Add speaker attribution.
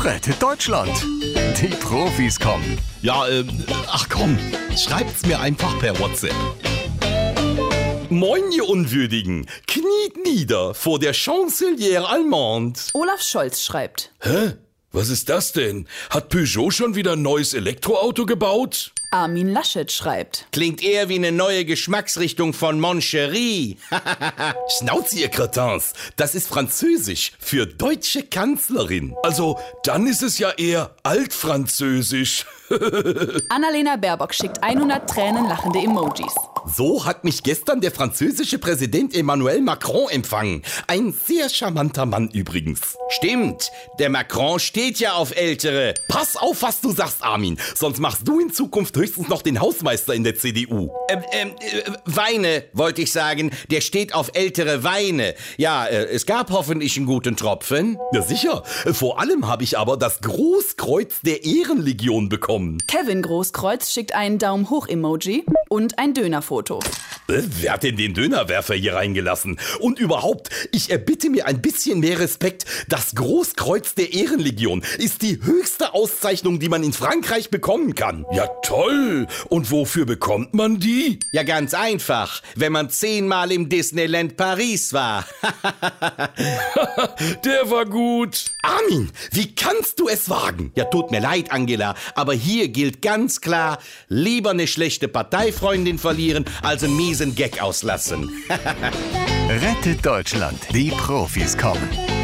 Speaker 1: Rettet Deutschland. Die Profis kommen.
Speaker 2: Ja, ähm, ach komm, schreibt's mir einfach per WhatsApp.
Speaker 3: Moin, ihr Unwürdigen! Kniet nieder vor der Chancelière Allemande.
Speaker 4: Olaf Scholz schreibt.
Speaker 5: Hä? Was ist das denn? Hat Peugeot schon wieder ein neues Elektroauto gebaut?
Speaker 4: Armin Laschet schreibt.
Speaker 3: Klingt eher wie eine neue Geschmacksrichtung von Moncherie. Schnauze, ihr Cretins. Das ist französisch für deutsche Kanzlerin.
Speaker 5: Also, dann ist es ja eher altfranzösisch.
Speaker 4: Annalena Baerbock schickt 100 Tränen lachende Emojis.
Speaker 3: So hat mich gestern der französische Präsident Emmanuel Macron empfangen. Ein sehr charmanter Mann übrigens. Stimmt, der Macron steht ja auf Ältere. Pass auf, was du sagst, Armin. Sonst machst du in Zukunft höchstens noch den Hausmeister in der CDU. Ähm, ähm, äh, Weine, wollte ich sagen. Der steht auf ältere Weine. Ja, äh, es gab hoffentlich einen guten Tropfen.
Speaker 2: Ja, sicher. Vor allem habe ich aber das Großkreuz der Ehrenlegion bekommen.
Speaker 4: Kevin Großkreuz schickt einen Daumen hoch Emoji und ein Dönerfoto.
Speaker 2: Äh, Wer hat denn den Dönerwerfer hier reingelassen? Und überhaupt, ich erbitte mir ein bisschen mehr Respekt. Das Großkreuz der Ehrenlegion ist die höchste Auszeichnung, die man in Frankreich bekommen kann.
Speaker 5: Ja, toll. Und wofür bekommt man die?
Speaker 3: Ja, ganz einfach. Wenn man zehnmal im Disneyland Paris war.
Speaker 5: Der war gut.
Speaker 3: Armin, wie kannst du es wagen? Ja, tut mir leid, Angela, aber hier gilt ganz klar, lieber eine schlechte Parteifreundin verlieren, als einen miesen Gag auslassen.
Speaker 1: Rettet Deutschland. Die Profis kommen.